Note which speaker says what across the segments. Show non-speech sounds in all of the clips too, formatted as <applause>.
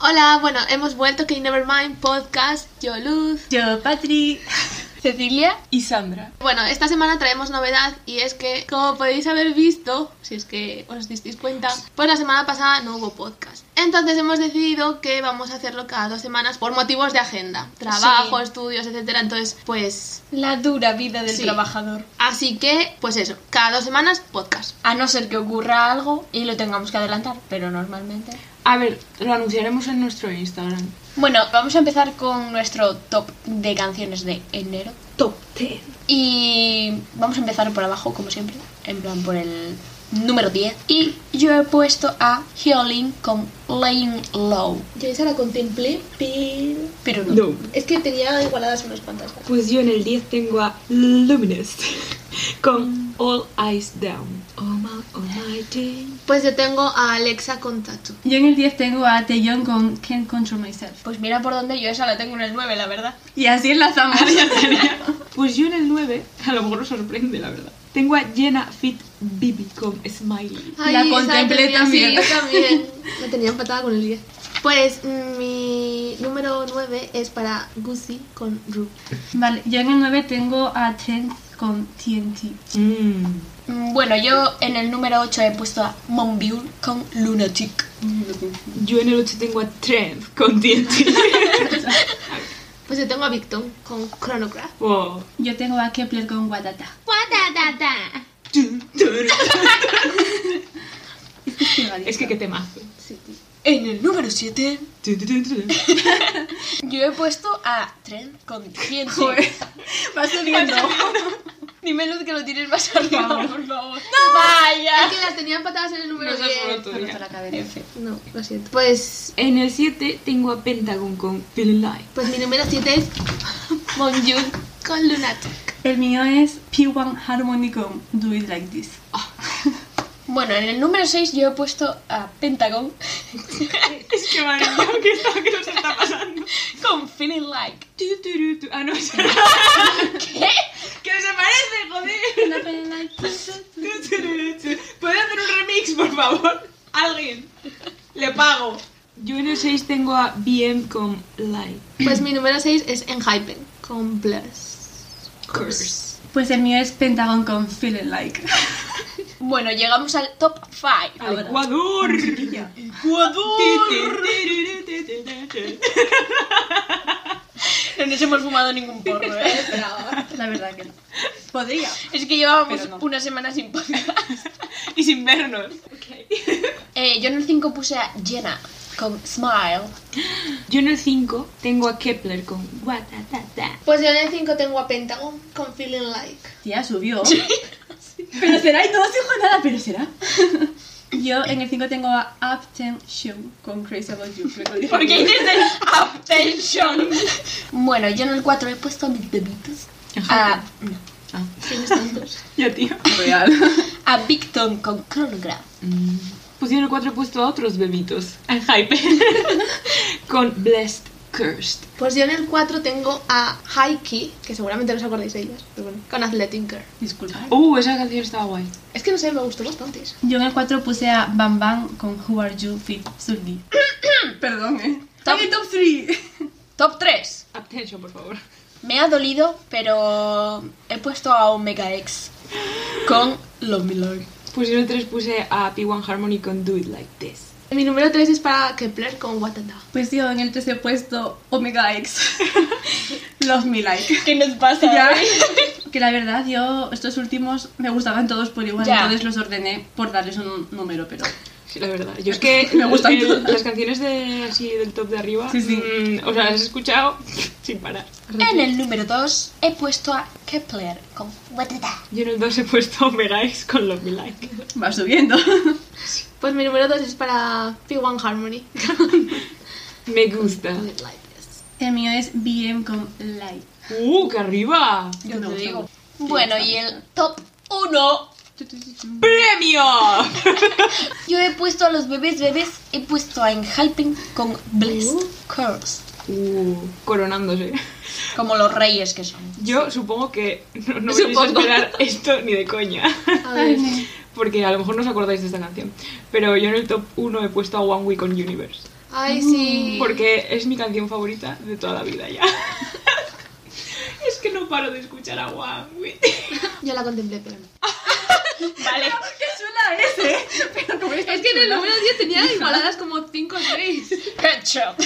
Speaker 1: Hola, bueno, hemos vuelto que Nevermind Podcast, yo Luz.
Speaker 2: Yo, Patri.
Speaker 3: Cecilia.
Speaker 2: Y Sandra.
Speaker 1: Bueno, esta semana traemos novedad y es que, como podéis haber visto, si es que os disteis cuenta, pues la semana pasada no hubo podcast. Entonces hemos decidido que vamos a hacerlo cada dos semanas por motivos de agenda, trabajo,
Speaker 3: Sí.
Speaker 1: estudios, etcétera. Entonces, pues
Speaker 3: La dura vida del
Speaker 1: Sí.
Speaker 3: trabajador.
Speaker 1: Así que, pues eso, cada dos semanas podcast.
Speaker 3: A no ser que ocurra algo y lo tengamos que adelantar, pero normalmente.
Speaker 2: A ver, lo anunciaremos en nuestro Instagram.
Speaker 3: Bueno, vamos a empezar con nuestro top de canciones de enero.
Speaker 2: Top 10.
Speaker 3: Y vamos a empezar por abajo, como siempre. En plan, por el número 10. Y yo he puesto a Hyolyn con Laying Low.
Speaker 4: Yo esa la contemplé, pero...
Speaker 3: Pero no.
Speaker 2: No.
Speaker 4: Es que tenía igualadas unas cuantas.
Speaker 2: Pues yo en el 10 tengo a Luminous <laughs> con All Eyes Down. Oh my, oh my day.
Speaker 1: Pues yo tengo a Alexa con Tatu.
Speaker 5: Yo en el 10 tengo a Taeyong con Can't Control Myself.
Speaker 3: Pues mira por dónde yo esa la tengo en el 9, la verdad.
Speaker 5: Y así enlazamos.
Speaker 2: Pues yo en el 9, a lo mejor os sorprende, la verdad. Tengo a Jenna Fit Bibi con Smiley.
Speaker 5: La contemplé también.
Speaker 1: Sí, yo <laughs> también. La tenía empatada con el 10. Pues mm, mi número 9 es para Guzzi con Ru.
Speaker 5: vale, yo en el 9 tengo a Tenth con TNT.
Speaker 2: Mmm.
Speaker 3: Mm, Bueno, yo en el número 8 he puesto a Monbiul con Lunatic.
Speaker 2: Yo en el 8 tengo a Trent con TNT.
Speaker 1: Pues yo tengo a Victon con Chronograph.
Speaker 2: <laughs> wow.
Speaker 5: Yo tengo a Kepler con Wadata. Es que estoy
Speaker 2: Es que qué temazo.
Speaker 3: En el número 7 yo he puesto a Tren con 100.
Speaker 5: va
Speaker 3: <laughs>
Speaker 5: subiendo.
Speaker 3: Dime Luz, que lo tienes más arriba,
Speaker 5: favor.
Speaker 3: por favor. ¡Vaya!
Speaker 1: Es que las tenía empatadas en el número 10.
Speaker 5: la cabeza.
Speaker 1: No, lo siento. Pues,
Speaker 2: En el 7 tengo a Pentagon con Feeling Live.
Speaker 1: pues mi número 7 es <laughs> Monjun con Lunatic.
Speaker 5: El mío es P1 Harmony con Do It Like This.
Speaker 3: Bueno, en el número 6 yo he puesto a Pentagon
Speaker 2: <laughs> Es que madre mía, ¿qué, está, qué nos está pasando?
Speaker 3: con Feeling Like.
Speaker 2: Tu, tu, ru, tu. Ah, no, <laughs> es-
Speaker 3: ¿Qué?
Speaker 2: ¡Que se parece, joder! Tu, tu, ru, tu. ¿Puede hacer un remix, por favor? Alguien. Le pago. Yo en el 6 tengo a BM con Light.
Speaker 1: Pues mi número 6 es Enhypen con Bless.
Speaker 2: Curse.
Speaker 5: Pues el mío es Pentagon con Feeling Like. <laughs>
Speaker 3: Bueno, llegamos al top 5.
Speaker 2: Al Ecuador.
Speaker 3: Ecuador.
Speaker 2: Ecuador.
Speaker 3: No nos hemos fumado ningún <laughs> porro, ¿eh?
Speaker 5: La verdad que no. Podría.
Speaker 3: Es que llevábamos
Speaker 2: Pero no.
Speaker 3: una semana sin podcast.
Speaker 2: Y sin vernos.
Speaker 3: Eh, yo en el 5 puse a Jenna con Smile.
Speaker 2: Yo en el 5 tengo a Kepler con Guatatata.
Speaker 1: Pues yo en el 5 tengo a Pentagon con Feeling Like.
Speaker 5: Tía, subió. Pero será, y no os dijo nada, pero será. Yo en el 5 tengo a Upton Show con Crazy About You. creo que lo dije
Speaker 3: ¿Por qué
Speaker 5: bien.
Speaker 3: dices el Attention? Bueno, yo en el 4 he puesto a mis bebitos. A,
Speaker 2: Ah.
Speaker 1: Tienes tantos.
Speaker 2: Ya, <laughs> tío.
Speaker 5: Real.
Speaker 3: a Victon con Chronograph.
Speaker 2: Pues yo en el 4 he puesto a otros bebitos. Al hype. <laughs> con Blessed Cursed.
Speaker 1: Pues yo en el 4 tengo a Haiki, que seguramente no os acordáis de ellas, pero bueno, con Athletic Girl.
Speaker 5: Disculpa.
Speaker 2: Uh, esa canción estaba guay.
Speaker 1: Es que no sé, me gustó bastante esa.
Speaker 5: Yo en el 4 puse a Bam Bam con Who Are You Fit
Speaker 3: <coughs>
Speaker 5: Sully. Perdón, eh.
Speaker 3: Top-
Speaker 5: Ay, top 3.
Speaker 3: Top 3.
Speaker 2: Attention, por favor.
Speaker 3: Me ha dolido, pero he puesto a Omega X con Lonely Lord.
Speaker 2: Pues yo en el 3 puse a P1 Harmony con Do It Like This.
Speaker 1: Mi número 3 es para Kepler con Watanda.
Speaker 5: Pues yo en el 3 he puesto Omega
Speaker 3: <laughs>
Speaker 5: X. Love Me Like.
Speaker 3: ¿Qué nos pasa?
Speaker 5: Ya.
Speaker 3: hoy?
Speaker 5: <laughs> Que la verdad, yo estos últimos me gustaban todos por igual,
Speaker 3: Ya.
Speaker 5: entonces los ordené por darles un número, pero
Speaker 2: Sí, la verdad. Yo es que
Speaker 5: Me gustan
Speaker 2: el-
Speaker 5: todas.
Speaker 2: las canciones de así del top de arriba.
Speaker 5: Sí, sí.
Speaker 2: mm, o sea, las he escuchado <laughs> sin parar.
Speaker 3: En el número 2 he puesto a Kepler con Watata.
Speaker 2: Yo en el 2 he puesto <laughs> Omega X con Love Me Like.
Speaker 5: va subiendo. <laughs>
Speaker 1: Pues mi número 2 es para P1 Harmony. <laughs>
Speaker 2: Me gusta.
Speaker 1: With Light, yes.
Speaker 5: El mío es BM con Light.
Speaker 2: Uh, que arriba.
Speaker 3: Yo
Speaker 5: No,
Speaker 3: te digo.
Speaker 5: seguro.
Speaker 3: Bueno, y el top 1
Speaker 2: ¡Premio!
Speaker 3: Yo he puesto a los bebés bebés, he puesto a Enhypen con Blessed Curse,
Speaker 2: Uh, coronándose.
Speaker 3: como los reyes que son.
Speaker 2: Yo supongo que no, no vais a esperar esto ni de coña. <laughs>
Speaker 1: A ver.
Speaker 2: Porque a lo mejor no os acordáis de esta canción. Pero yo en el top 1 he puesto a One Week on Universe.
Speaker 1: Ay, sí.
Speaker 2: Porque es mi canción favorita de toda la vida ya. <laughs> es que no paro de escuchar a One With.
Speaker 1: Yo la contemplé, pero no. <laughs>
Speaker 2: Vale.
Speaker 5: ¡Qué chula es, eh! Pero como es tan
Speaker 1: Es que en el
Speaker 5: chula.
Speaker 1: número 10 tenía igualadas como 5 o <laughs> 6.
Speaker 3: Headshot.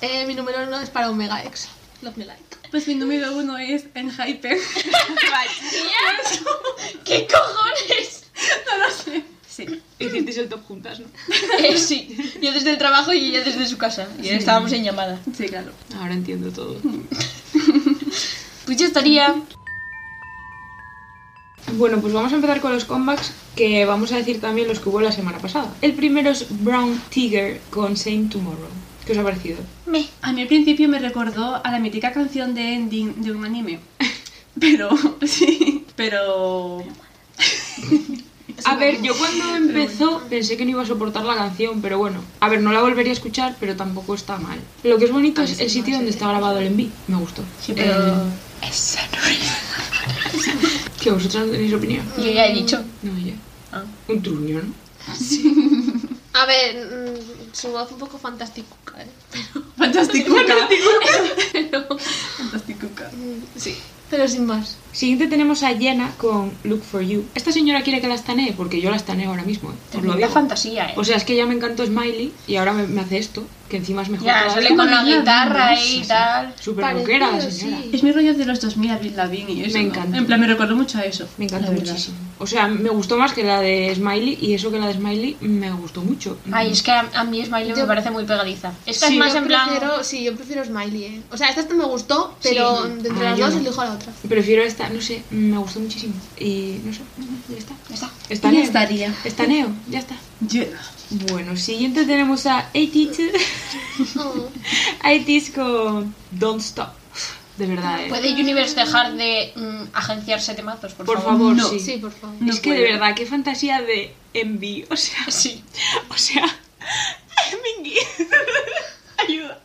Speaker 1: Eh, mi número 1 es para Omega X. Love me like.
Speaker 5: Pues mi número uno es en Hyper. <laughs>
Speaker 3: ¿Qué cojones?
Speaker 5: no lo sé. Sí.
Speaker 2: <laughs> Hicisteis el top juntas, ¿no?
Speaker 3: Eh, sí. Yo desde el trabajo y ella desde su casa. Y ahora estábamos en llamada.
Speaker 5: Sí, claro.
Speaker 2: Ahora entiendo todo.
Speaker 3: Pues yo estaría...
Speaker 2: Bueno, pues vamos a empezar con los comebacks que vamos a decir también los que hubo la semana pasada. El primero es Brown Tiger con Same Tomorrow. ¿Qué os ha parecido?
Speaker 3: Me.
Speaker 5: A mí al principio me recordó a la mítica canción de ending de un anime. <laughs> Pero, <laughs> sí. Pero.
Speaker 2: A ver, yo cuando empezó pensé que no iba a soportar la canción, pero bueno. A ver, no la volvería a escuchar, pero tampoco está mal. Lo que es bonito es el sitio donde está grabado el enví. Me gustó. Eh,
Speaker 3: Sí, pero...
Speaker 2: <laughs> Que vosotras no tenéis opinión.
Speaker 3: Yo ya he dicho.
Speaker 2: No, ya.
Speaker 3: Ah.
Speaker 2: Un truño, ¿no?
Speaker 1: A ver, mm, su voz un poco fantástica, ¿eh?
Speaker 5: <laughs> Fantástico.
Speaker 1: Pero,
Speaker 5: Fantástico.
Speaker 1: mm, sí. Pero sin más.
Speaker 2: Siguiente tenemos a Jenna con Look for You. Esta señora quiere que la estanee porque yo la estaneo ahora mismo. eh, Os lo
Speaker 3: Tremenda
Speaker 2: digo.
Speaker 3: fantasía, eh.
Speaker 2: O sea, es que ya me encantó Smiley y ahora me, me hace esto, que encima es mejor.
Speaker 3: ya,
Speaker 2: todavía.
Speaker 3: sale con la
Speaker 5: Como
Speaker 3: guitarra
Speaker 5: Diana,
Speaker 3: ahí y tal.
Speaker 2: Súper rockera la
Speaker 1: Parecido,
Speaker 2: señora.
Speaker 1: sí.
Speaker 5: Es mi rollo de los 2000 Avril Lavigne y eso.
Speaker 2: Me
Speaker 5: ¿no?
Speaker 2: encanta.
Speaker 5: En plan, me recordó mucho a eso.
Speaker 2: Me encanta
Speaker 5: la verdad.
Speaker 2: muchísimo. O sea, me gustó más que la de Smiley y eso que la de Smiley me gustó mucho.
Speaker 3: Ay, es que a, a mí Smiley me
Speaker 1: Yo-
Speaker 3: parece muy pegadiza. Esta es
Speaker 2: Sí,
Speaker 3: más
Speaker 1: yo
Speaker 3: en plan...
Speaker 1: prefiero, sí, yo prefiero Smiley, ¿eh? O sea, esta hasta me gustó, pero
Speaker 2: Sí.
Speaker 1: de entre
Speaker 2: Ah,
Speaker 1: las
Speaker 2: yo
Speaker 1: dos
Speaker 2: no.
Speaker 1: elijo a la otra.
Speaker 2: Prefiero esta, no sé, me gustó muchísimo. Y no sé, ya está.
Speaker 3: Ya está.
Speaker 2: Está
Speaker 5: Ya
Speaker 2: Neo.
Speaker 5: estaría.
Speaker 2: Está Neo, ya está.
Speaker 5: Jenna.
Speaker 2: Bueno, siguiente tenemos a ATs
Speaker 1: Oh.
Speaker 2: con Don't Stop. Uf, De verdad, eh.
Speaker 3: ¿Puede Universe dejar de mm, agenciarse de mazos, por,
Speaker 2: Por
Speaker 3: favor?
Speaker 2: favor,
Speaker 5: No.
Speaker 2: sí.
Speaker 1: Sí, por favor.
Speaker 5: No
Speaker 2: es que de
Speaker 5: puedo.
Speaker 2: verdad, qué fantasía de envío. O sea,
Speaker 3: Sí.
Speaker 2: O sea, <laughs> Mingui. ayuda.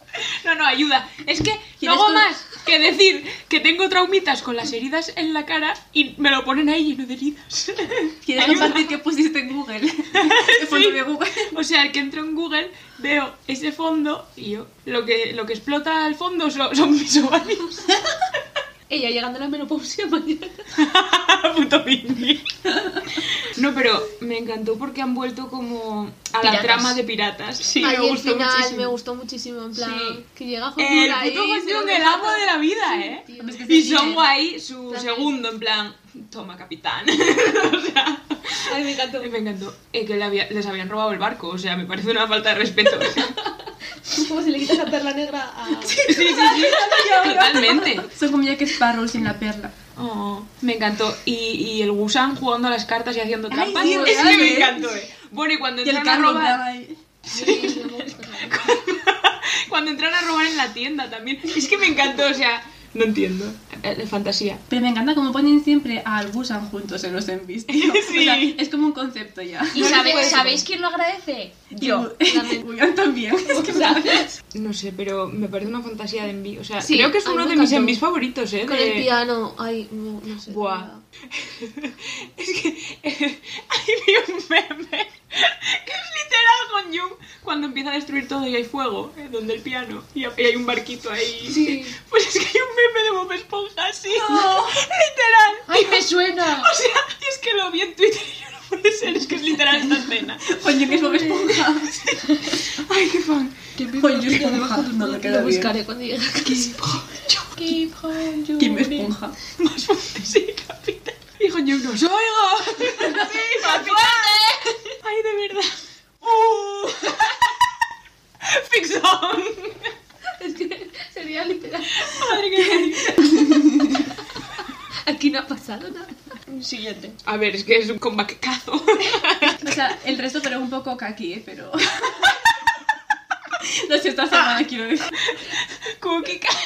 Speaker 2: No, no, ayuda. Es que no
Speaker 5: ¿Quieres
Speaker 2: hago
Speaker 5: tú?
Speaker 2: más que decir que tengo traumitas con las heridas en la cara y me lo ponen ahí lleno de heridas.
Speaker 5: ¿Quieres
Speaker 2: Ayuda.
Speaker 5: compartir qué pusiste
Speaker 2: <laughs>
Speaker 5: en Google? <laughs> ¿Qué foto de Google?
Speaker 2: O sea, el que entro en Google veo ese fondo y yo lo que, lo que explota al fondo son, son mis <laughs> ovarios.
Speaker 1: Ella llegando a la menopausia mañana.
Speaker 2: Ah, Puto Mingui. No, pero me encantó porque han vuelto como a la
Speaker 3: Piratas.
Speaker 2: trama de piratas. Sí,
Speaker 1: Ay,
Speaker 2: me
Speaker 1: el
Speaker 2: gustó
Speaker 1: final
Speaker 2: muchísimo.
Speaker 1: me gustó muchísimo, en plan,
Speaker 2: Sí.
Speaker 1: que llega José
Speaker 2: El
Speaker 1: ahí,
Speaker 2: puto
Speaker 1: se lo
Speaker 2: Jung, el
Speaker 1: deja
Speaker 2: amo
Speaker 1: todo.
Speaker 2: de la vida, ¿eh?
Speaker 1: tío.
Speaker 5: Es que se
Speaker 2: Y
Speaker 5: ríe.
Speaker 2: Son Guay, su
Speaker 1: Plan-
Speaker 2: segundo, en plan, toma capitán. o sea,
Speaker 1: Ay, me
Speaker 2: <laughs>
Speaker 1: encantó.
Speaker 2: me encantó. Eh, que le había- les habían robado el barco, o sea, me parece una falta de <laughs> respeto.
Speaker 1: Como si le quitas la perla negra <laughs> a...
Speaker 2: sí, <laughs> sí, sí, totalmente.
Speaker 5: Son como Jack Sparrow sin la perla.
Speaker 2: Oh, me encantó. Y, y el Gusan jugando a las cartas y haciendo
Speaker 5: Ay,
Speaker 2: trampas.
Speaker 5: sí,
Speaker 2: es que
Speaker 5: real,
Speaker 2: me
Speaker 5: ¿eh?
Speaker 2: encantó, ¿eh? Bueno, y cuando
Speaker 5: Y el
Speaker 2: entraron a
Speaker 5: carro
Speaker 2: robar...
Speaker 5: ahí.
Speaker 1: Sí, no me gusta nada.
Speaker 2: Cuando entraron a robar en la tienda también. Es que me encantó, o sea... No entiendo. Eh, eh, Fantasía.
Speaker 5: Pero me encanta cómo ponen siempre al Busan juntos en los envis. tío. O
Speaker 2: <laughs>
Speaker 5: sea,
Speaker 2: Sí.
Speaker 5: es como un concepto ya.
Speaker 3: ¿Y
Speaker 2: No
Speaker 3: sabe-
Speaker 2: les puedo.
Speaker 3: sabéis quién lo agradece? Yo.
Speaker 5: <laughs> Busan también. Es que
Speaker 2: No sé, pero me parece una fantasía de envío. O sea,
Speaker 1: Sí,
Speaker 2: creo que es
Speaker 1: a mí
Speaker 2: uno
Speaker 1: me
Speaker 2: de mis
Speaker 1: encantó.
Speaker 2: envíos favoritos, ¿eh?
Speaker 1: Con
Speaker 2: de-
Speaker 1: el piano, ay, no, no sé.
Speaker 2: Buah. Es que <laughs> ahí vi un meme que es literal con Jung cuando empieza a destruir todo y hay fuego, eh, donde el piano, y, y hay un barquito ahí.
Speaker 1: Sí.
Speaker 2: <laughs> Pues es que hay un meme de Bob Esponja así. <laughs> Literal.
Speaker 3: ¡Ay, me suena!
Speaker 2: O sea, es que lo vi en Twitter y <laughs> yo no puede ser, es que es literal esta escena.
Speaker 5: Coño, Pues que es Bob Esponja.
Speaker 2: <laughs> Ay, qué fan.
Speaker 5: Coño, es Esponja. No lo
Speaker 1: Lo
Speaker 5: queda bien.
Speaker 1: buscaré cuando llegue.
Speaker 5: Kim Esponja.
Speaker 2: Más fuerte, <laughs> sí, capitán. Y con Jung, ¡nos oigo! ¡Sí, capitán! <laughs> ¡Ay, de verdad! ¡Uh! <laughs> ¡Fix on!
Speaker 1: Es que sería literal.
Speaker 2: Madre que parió.
Speaker 1: Aquí no ha pasado nada.
Speaker 3: Siguiente.
Speaker 2: A ver, es que es un combacazo.
Speaker 5: O sea, el resto, pero un poco kaki, ¿eh? Pero. <laughs> No sé, esta semana quiero decir.
Speaker 2: Cookie caca.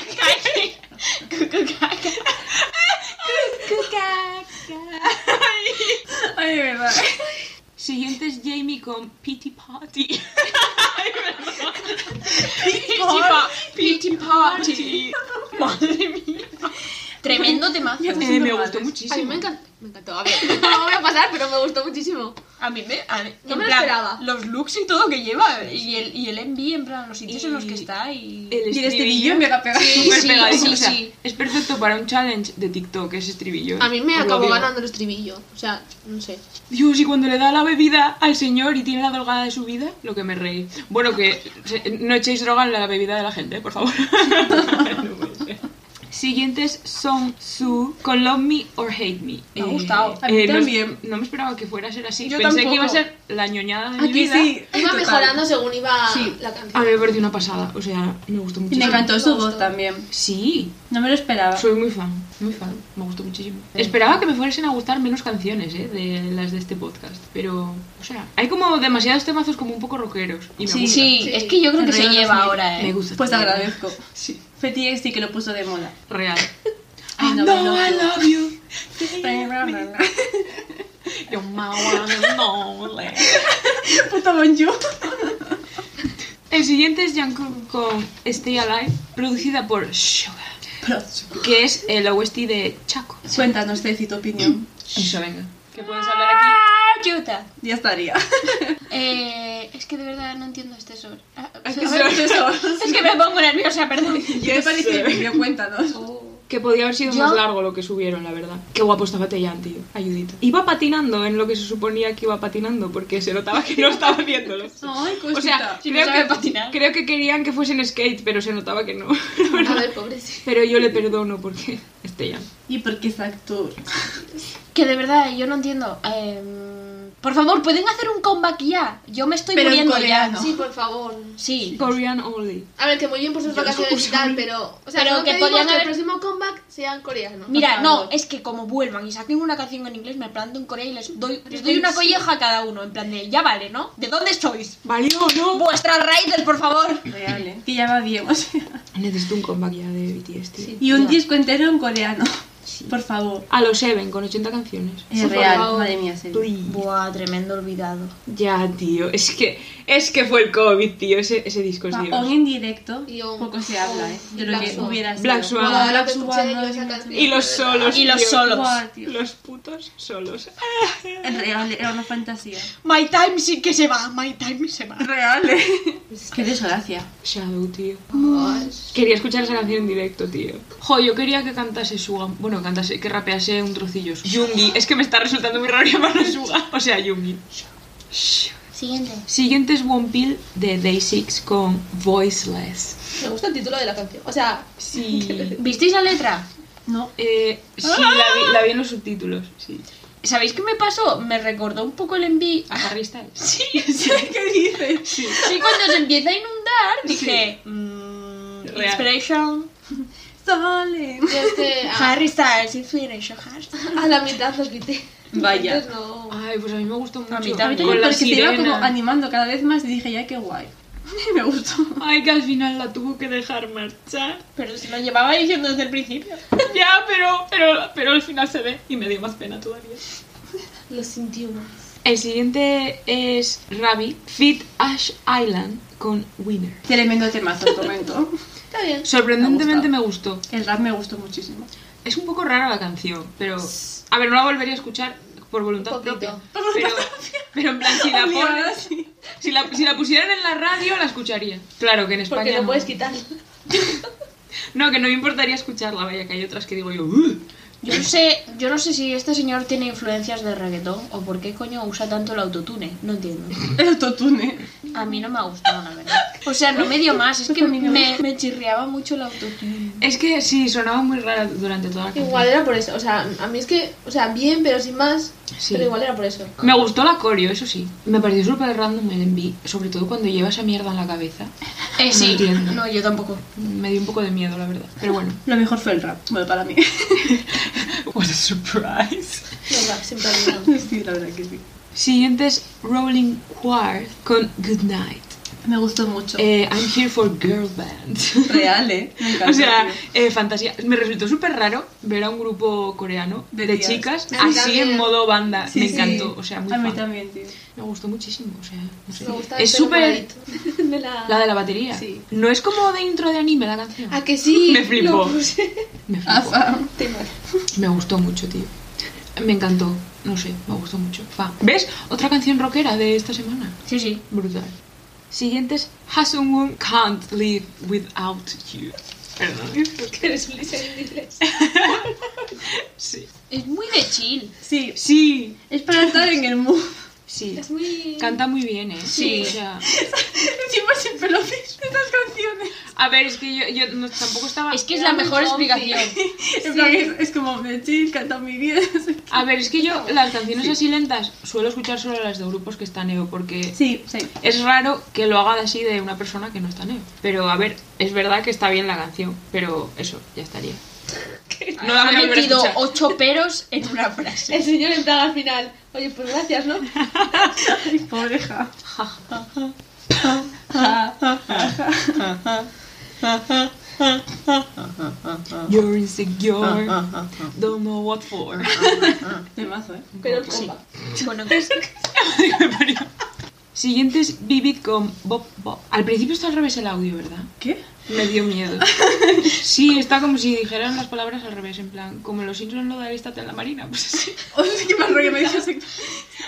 Speaker 5: Ay, de verdad.
Speaker 2: <laughs> Siguiente es Jamie con Pity Party. <laughs> Pity Party.
Speaker 3: Tremendo tema.
Speaker 5: Ya
Speaker 2: Eh, me
Speaker 5: mal,
Speaker 2: gustó
Speaker 1: A
Speaker 5: ¿eh?
Speaker 1: mí
Speaker 2: muchísimo.
Speaker 1: <laughs> me encantó. Me encantó. A ver, no lo voy a pasar, pero me gustó muchísimo.
Speaker 3: A mí me. a mí-
Speaker 5: No
Speaker 3: en
Speaker 5: me lo
Speaker 3: plan,
Speaker 5: esperaba.
Speaker 3: Los looks y todo que lleva. Y el, y el envío, en plan, los sitios en los
Speaker 2: Y-
Speaker 3: que está. Y.
Speaker 5: Y el estribillo mega pegado.
Speaker 3: Sí,
Speaker 2: Súper
Speaker 3: sí,
Speaker 2: pegadizo,
Speaker 3: sí,
Speaker 2: o sea,
Speaker 3: sí.
Speaker 2: es perfecto para un challenge de TikTok, ese estribillo.
Speaker 1: A mí me
Speaker 2: Os lo
Speaker 1: acabó
Speaker 2: digo.
Speaker 1: ganando el estribillo. O sea, no sé.
Speaker 2: Dios, y cuando le da la bebida al señor y tiene la drogada de su vida, lo que me reí. Bueno, que se- no echéis droga en la bebida de la gente, por favor. <laughs> No puede ser. Siguientes son Su con Love Me or Hate Me. Eh,
Speaker 3: Me ha gustado.
Speaker 5: A mí
Speaker 2: no es-
Speaker 5: también.
Speaker 2: No, me esperaba que fuera a ser así.
Speaker 5: Yo
Speaker 2: Pensé que iba
Speaker 5: tampoco.
Speaker 2: a ser la ñoñada de mi
Speaker 5: Aquí
Speaker 2: vida.
Speaker 5: sí.
Speaker 1: Iba
Speaker 5: total.
Speaker 1: mejorando según iba
Speaker 5: Sí.
Speaker 1: la
Speaker 2: A
Speaker 1: canción.
Speaker 2: mí me pareció una pasada. O sea, me gustó
Speaker 5: Y me
Speaker 2: muchísimo.
Speaker 5: encantó su voz
Speaker 4: gustó.
Speaker 5: también.
Speaker 2: Sí,
Speaker 5: No me lo esperaba.
Speaker 2: soy muy fan, muy fan, me gustó muchísimo. Esperaba que me fuesen a gustar menos canciones, ¿eh? De las de este podcast, pero, o sea, hay como demasiados temazos como un poco rockeros. Y me
Speaker 5: Sí,
Speaker 2: gusta.
Speaker 3: Sí, es que yo creo que
Speaker 5: El
Speaker 3: se
Speaker 5: rollo
Speaker 3: lleva
Speaker 5: 2000.
Speaker 3: ahora, eh.
Speaker 2: Me gusta. este
Speaker 5: Pues te agradezco.
Speaker 2: Sí,
Speaker 5: Fetty sí que lo puso de moda. <laughs>
Speaker 2: real.
Speaker 5: I know I love
Speaker 2: love
Speaker 5: you. <laughs>
Speaker 2: you.
Speaker 5: Puto
Speaker 2: Yo ma wanna know.
Speaker 5: <laughs> Bon Jovi.
Speaker 2: El siguiente es Jungkook con Stay Alive, producida por Suga,
Speaker 5: Pero,
Speaker 2: que es el OST de Chaco.
Speaker 5: Cuéntanos, Ceci, tu <clears throat> opinión.
Speaker 2: Eso, venga. Que puedes hablar aquí.
Speaker 3: Ayuda.
Speaker 5: Ya estaría.
Speaker 3: Eh, es que de verdad no entiendo este sobre. Ah,
Speaker 5: que sobre- <laughs>
Speaker 3: es que me pongo nerviosa, perdón.
Speaker 5: ¿Qué te parece el vídeo? Cuéntanos. <laughs>
Speaker 2: Que podía haber sido
Speaker 3: Yo-
Speaker 2: más largo lo que subieron, la verdad. Qué guapo estaba Tellán, tío. Ayudito. Iba patinando en lo que se suponía que iba patinando, porque se notaba que no estaba
Speaker 3: <laughs>
Speaker 2: haciéndolo.
Speaker 5: Ay,
Speaker 2: O sea,
Speaker 3: si no
Speaker 2: creo,
Speaker 3: sabe
Speaker 2: que,
Speaker 3: patinar.
Speaker 2: creo que querían que fuesen skate, pero se notaba que no. <laughs>
Speaker 1: A ver, pobrecito.
Speaker 2: pero yo le perdono porque <laughs> es Tellán.
Speaker 5: ¿Y por qué es actor?
Speaker 3: Que de verdad, yo no entiendo. Em, por favor, ¿pueden hacer un comeback ya? Yo me estoy
Speaker 5: Pero en
Speaker 3: muriendo
Speaker 5: coreano.
Speaker 3: ya.
Speaker 1: Sí, por favor.
Speaker 3: Sí.
Speaker 2: Korean only.
Speaker 1: A ver, que muy bien por sus
Speaker 2: Yo
Speaker 1: vacaciones y
Speaker 2: uso
Speaker 1: tal,
Speaker 2: mi-
Speaker 1: pero. O sea,
Speaker 3: Pero
Speaker 1: solo
Speaker 3: que
Speaker 1: pedimos
Speaker 3: podían
Speaker 1: que el
Speaker 3: haber-
Speaker 1: próximo comeback sea en coreano.
Speaker 3: Mira,
Speaker 5: Por
Speaker 3: no,
Speaker 5: favor.
Speaker 3: es que como vuelvan y saquen una canción en inglés, me planto en Corea y les doy, les doy una
Speaker 1: Sí.
Speaker 3: colleja a cada uno. En plan de, ya vale, ¿no? ¿De dónde sois?
Speaker 2: ¿Valió o no?
Speaker 3: Vuestras raíces, por favor.
Speaker 5: Real, ¿eh? Que ya va bien, o sea.
Speaker 2: Necesito un comeback ya de BTS, tío.
Speaker 5: Y un disco entero en coreano. Por favor.
Speaker 2: A los Seven, con 80 canciones.
Speaker 5: Es real. Madre mía, Ceci.
Speaker 2: Please.
Speaker 3: Buah, tremendo olvidado.
Speaker 2: Ya, tío. Es que, es que fue el COVID, tío. Ese, ese disco es
Speaker 5: Pa-
Speaker 2: Dios.
Speaker 5: On en directo,
Speaker 1: Y on-
Speaker 5: poco se habla, ¿eh? De lo
Speaker 1: Black
Speaker 5: que
Speaker 1: Swan.
Speaker 5: hubiera sido.
Speaker 2: Black Swan.
Speaker 5: Guau,
Speaker 1: Guau,
Speaker 5: Black
Speaker 1: la Ah, que escuché
Speaker 5: Swan,
Speaker 1: yo
Speaker 5: madre
Speaker 1: esa
Speaker 5: mía.
Speaker 1: canción.
Speaker 2: Y los solos.
Speaker 3: Y los
Speaker 2: tío.
Speaker 3: solos.
Speaker 5: Guau, tío.
Speaker 2: Los putos solos.
Speaker 5: Es real, era una fantasía.
Speaker 3: My time sí que se va, my time se va.
Speaker 5: Real, ¿eh? Qué desgracia.
Speaker 2: Shadow, tío.
Speaker 1: Ay,
Speaker 2: Quería escuchar esa canción en directo, tío. Jo, yo quería que cantase Suga. Bueno, cantase, que rapease un trocillo. Yungi. Es que me está resultando muy raro <laughs> llamarlo Suga. O sea, Yungi.
Speaker 3: Siguiente.
Speaker 2: Siguiente es One Pill de Day 6 con Voiceless.
Speaker 4: Me gusta el título de la canción. O sea,
Speaker 2: Sí.
Speaker 3: ¿Visteis la letra?
Speaker 5: No.
Speaker 2: Eh, sí, la vi, la vi en los subtítulos. Sí.
Speaker 3: ¿Sabéis qué me pasó? Me recordó un poco el envío.
Speaker 2: ¿A Harry Styles?
Speaker 3: Sí,
Speaker 5: ¿Qué dices?
Speaker 3: sí, cuando se empieza a inundar, dije. mm,
Speaker 2: Real.
Speaker 3: inspiration.
Speaker 5: Sale.
Speaker 1: <laughs> yo es que a,
Speaker 3: Harry Styles, Inspiration, Harry Styles.
Speaker 1: a la mitad los quité.
Speaker 5: Vaya.
Speaker 1: Entonces no.
Speaker 2: Ay, pues a mí me gustó mucho.
Speaker 3: A mí
Speaker 5: A mí
Speaker 3: también,
Speaker 5: también,
Speaker 2: Con la
Speaker 5: porque se iba como
Speaker 2: sirena.
Speaker 5: animando cada vez más y dije, ya qué guay. <laughs> Me gustó.
Speaker 2: Ay, que al final la tuvo que dejar marchar.
Speaker 3: Pero se lo llevaba diciendo desde el principio.
Speaker 2: <laughs> Ya, pero, pero, pero al final se ve y me dio más pena todavía.
Speaker 4: los sintió más.
Speaker 2: El siguiente es Ravi, Fit Ash Island con Winner.
Speaker 5: Tremendo temazo, os comento.
Speaker 4: Está bien.
Speaker 2: Sorprendentemente me gustó.
Speaker 5: El rap me gustó muchísimo.
Speaker 2: Es un poco rara la canción, pero. A ver, no la volvería a escuchar por voluntad
Speaker 1: Un poquito.
Speaker 4: <laughs>
Speaker 2: propia. Pero, pero en plan, si la,
Speaker 5: Obligada,
Speaker 2: pones-
Speaker 5: sí.
Speaker 2: si, la, si la pusieran en la radio, la escucharía. Claro que en España.
Speaker 4: Porque no
Speaker 2: no.
Speaker 4: puedes quitarlo.
Speaker 2: No, que no me importaría escucharla, vaya, que hay otras que digo yo. "Ugh".
Speaker 3: Yo no sé, yo no sé si este señor tiene influencias de reggaetón o por qué coño usa tanto el autotune. No entiendo.
Speaker 5: El autotune.
Speaker 3: A mí no me ha gustado, la verdad. O sea, no me dio más. Es que <laughs>
Speaker 5: A mí no.
Speaker 3: me, me chirriaba mucho el autotune.
Speaker 2: Es que sí, sonaba muy rara durante toda la canción.
Speaker 4: Igual era por eso. O sea, a mí es que, o sea, bien, pero sin más.
Speaker 2: Sí.
Speaker 4: Pero igual era por eso.
Speaker 2: Me gustó la coreo, eso sí. Me pareció súper random el enví, sobre todo cuando lleva esa mierda en la cabeza.
Speaker 3: Eh,
Speaker 2: No
Speaker 3: sí.
Speaker 2: entiendo.
Speaker 3: No,
Speaker 1: <laughs>
Speaker 3: yo tampoco.
Speaker 2: Me dio un poco de miedo, la verdad. Pero bueno.
Speaker 5: Lo mejor fue el rap. Bueno, para mí. <laughs>
Speaker 2: What a surprise.
Speaker 4: No, va, siempre había.
Speaker 5: Sí, la verdad que sí.
Speaker 2: Siguiente es Rolling Quart con Good Night.
Speaker 5: Me gustó mucho.
Speaker 2: Eh, I'm here for girl band.
Speaker 5: Real, ¿eh? <laughs> Me encanta,
Speaker 2: O sea,
Speaker 5: tío.
Speaker 2: eh, fantasía. Me resultó súper raro ver a un grupo coreano
Speaker 5: De
Speaker 2: de,
Speaker 5: tías.
Speaker 2: chicas
Speaker 1: A mí
Speaker 2: así
Speaker 1: también.
Speaker 2: en modo banda.
Speaker 5: Sí,
Speaker 2: me
Speaker 5: sí.
Speaker 2: encantó. O sea, muy
Speaker 5: A mí
Speaker 2: fan.
Speaker 5: también, tío.
Speaker 2: Me gustó muchísimo. O sea, no sé.
Speaker 4: Me gusta
Speaker 2: es
Speaker 1: este
Speaker 4: el pelo
Speaker 2: súper.
Speaker 4: paradito. De la...
Speaker 2: La de la batería.
Speaker 5: Sí.
Speaker 2: No es como de intro de anime la canción.
Speaker 1: Ah,
Speaker 4: ¿A que sí?
Speaker 2: Me flipó.
Speaker 1: <laughs>
Speaker 4: Lo puse.
Speaker 5: ah,
Speaker 2: Me flipó.
Speaker 5: Afa.
Speaker 4: Te mal.
Speaker 2: Me gustó mucho, tío. Me encantó. No sé, me gustó mucho. Fa. ¿Ves? Otra canción rockera de esta semana.
Speaker 3: Sí, sí.
Speaker 2: Brutal. Siguientes. Hasun Woon can't live without you. Perdón.
Speaker 4: Que eres un lisa en inglés.
Speaker 2: Sí.
Speaker 3: Es muy de chill.
Speaker 5: Sí,
Speaker 2: Sí.
Speaker 5: es para estar en el mood.
Speaker 2: Sí.
Speaker 4: Es muy.
Speaker 2: Canta muy bien, ¿eh? Sí. O sea,
Speaker 5: Encima siempre lo mismo estas canciones.
Speaker 2: a ver, es que yo, yo no- tampoco estaba...
Speaker 3: Es que es la mejor explicación.
Speaker 5: En plan, es, es como de chill, canta muy <laughs> bien.
Speaker 2: A ver, es que yo las canciones así lentas suelo escuchar solo las de grupos que están EO, porque
Speaker 5: Sí, sí.
Speaker 2: es raro que lo hagan así de una persona que no está neo. Pero a ver, es verdad que está bien la canción, pero eso, ya estaría.
Speaker 3: <laughs>
Speaker 2: No la
Speaker 1: <laughs>
Speaker 3: Ha
Speaker 2: voy a volver a
Speaker 3: metido
Speaker 2: escuchar.
Speaker 3: ocho peros en una frase.
Speaker 4: El señor en plan al final. Oye, pues gracias, ¿no?
Speaker 5: Ay, pobreja.
Speaker 2: Ja, ja.
Speaker 3: Ah.
Speaker 2: You're insecure, don't know what for.
Speaker 5: De mazo, ¿eh?
Speaker 4: Pero el
Speaker 2: Sí.
Speaker 4: compa.
Speaker 3: Bueno,
Speaker 2: Siguiente es Vivid con Bob Bob. Al principio está al revés el audio, ¿verdad?
Speaker 5: ¿Qué? <laughs>
Speaker 2: Me dio
Speaker 3: <laughs>
Speaker 2: miedo. Sí, está como si dijeran las palabras al revés, en plan, como los Simpsons no darían en la marina, pues así.
Speaker 3: <laughs>
Speaker 5: O sea, qué más rollo me dices.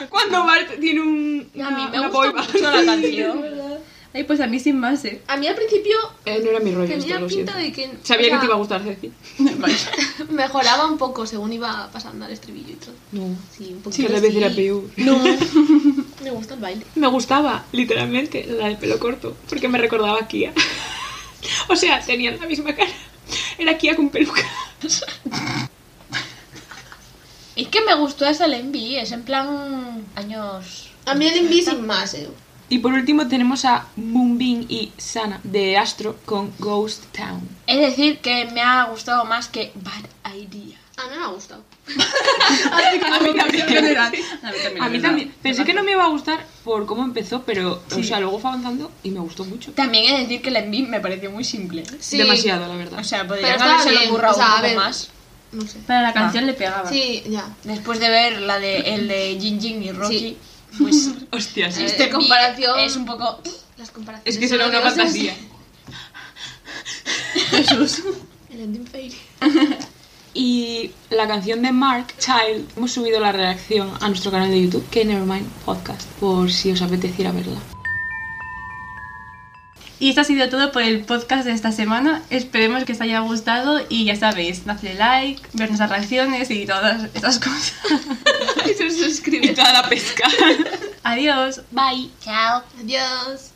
Speaker 2: Cuando Bart tiene un.
Speaker 3: a mí me
Speaker 2: una
Speaker 3: gusta
Speaker 2: boy
Speaker 3: mucho la canción.
Speaker 4: ¿Verdad?
Speaker 5: Ay, pues a mí sin más, <laughs> ¿eh?
Speaker 4: A mí al principio
Speaker 2: Eh, no era mi rollo, esto,
Speaker 4: tenía
Speaker 2: lo
Speaker 4: pinta
Speaker 2: siento.
Speaker 4: de que.
Speaker 2: Sabía
Speaker 4: o sea,
Speaker 2: que te iba a gustar, Ceci.
Speaker 5: <laughs>
Speaker 1: <laughs> Mejoraba un poco según iba pasando al estribillo y todo.
Speaker 2: No.
Speaker 1: Sí, un
Speaker 2: que
Speaker 1: poquito.
Speaker 2: la vez era peor.
Speaker 4: Me gusta el baile.
Speaker 2: Me gustaba, literalmente, la del pelo corto, porque me recordaba a Kia. <laughs> o sea, tenían la misma cara. Era Kia con peluca.
Speaker 3: es que me gustó esa el envy, es en plan años.
Speaker 4: A mí el Envy sin más, eh.
Speaker 2: Y por último tenemos a Moonbin y Sana de Astro con Ghost Town.
Speaker 3: Es decir, que me ha gustado más que Bad Idea.
Speaker 1: A mí me ha gustado.
Speaker 2: A mí también.
Speaker 5: General. A mí también.
Speaker 2: A mí
Speaker 5: ¿verdad?
Speaker 2: también. Pensé que no me iba a gustar por cómo empezó, pero o
Speaker 5: Sí.
Speaker 2: sea, luego fue avanzando y me gustó mucho.
Speaker 3: También he de decir que el envy me pareció muy simple. ¿eh?
Speaker 1: Sí.
Speaker 2: Demasiado, la verdad.
Speaker 3: O sea,
Speaker 1: Pero
Speaker 3: podrían
Speaker 1: estaba
Speaker 3: haberse lo
Speaker 1: bien,
Speaker 3: currado
Speaker 1: o sea,
Speaker 3: un
Speaker 1: a
Speaker 3: poco
Speaker 1: ver.
Speaker 3: más.
Speaker 1: No sé.
Speaker 5: Para la canción le
Speaker 2: Ah.
Speaker 5: pegaba.
Speaker 1: Sí, ya.
Speaker 3: Después de ver la de el de Jin Jin y Rocky,
Speaker 1: <laughs> Sí.
Speaker 3: pues
Speaker 2: Hostia, sí.
Speaker 1: Eh,
Speaker 3: este envy
Speaker 1: comparación-
Speaker 3: es un poco
Speaker 1: Las comparaciones.
Speaker 2: Es que será
Speaker 1: son
Speaker 2: una
Speaker 1: odiosas.
Speaker 2: fantasía.
Speaker 5: Jesús.
Speaker 1: <laughs> El ending fail.
Speaker 2: Y la canción de Mark Child, hemos subido la reacción a nuestro canal de YouTube, que Nevermind Podcast, por si os apeteciera verla. <laughs>
Speaker 5: Y esto ha sido todo por el podcast de esta semana. Esperemos que os haya gustado y ya sabéis, dadle like, ver nuestras reacciones y todas estas cosas. <laughs>
Speaker 1: Y se suscribe.
Speaker 2: toda la pesca.
Speaker 5: Adiós.
Speaker 2: Bye.
Speaker 3: chao.
Speaker 1: Adiós.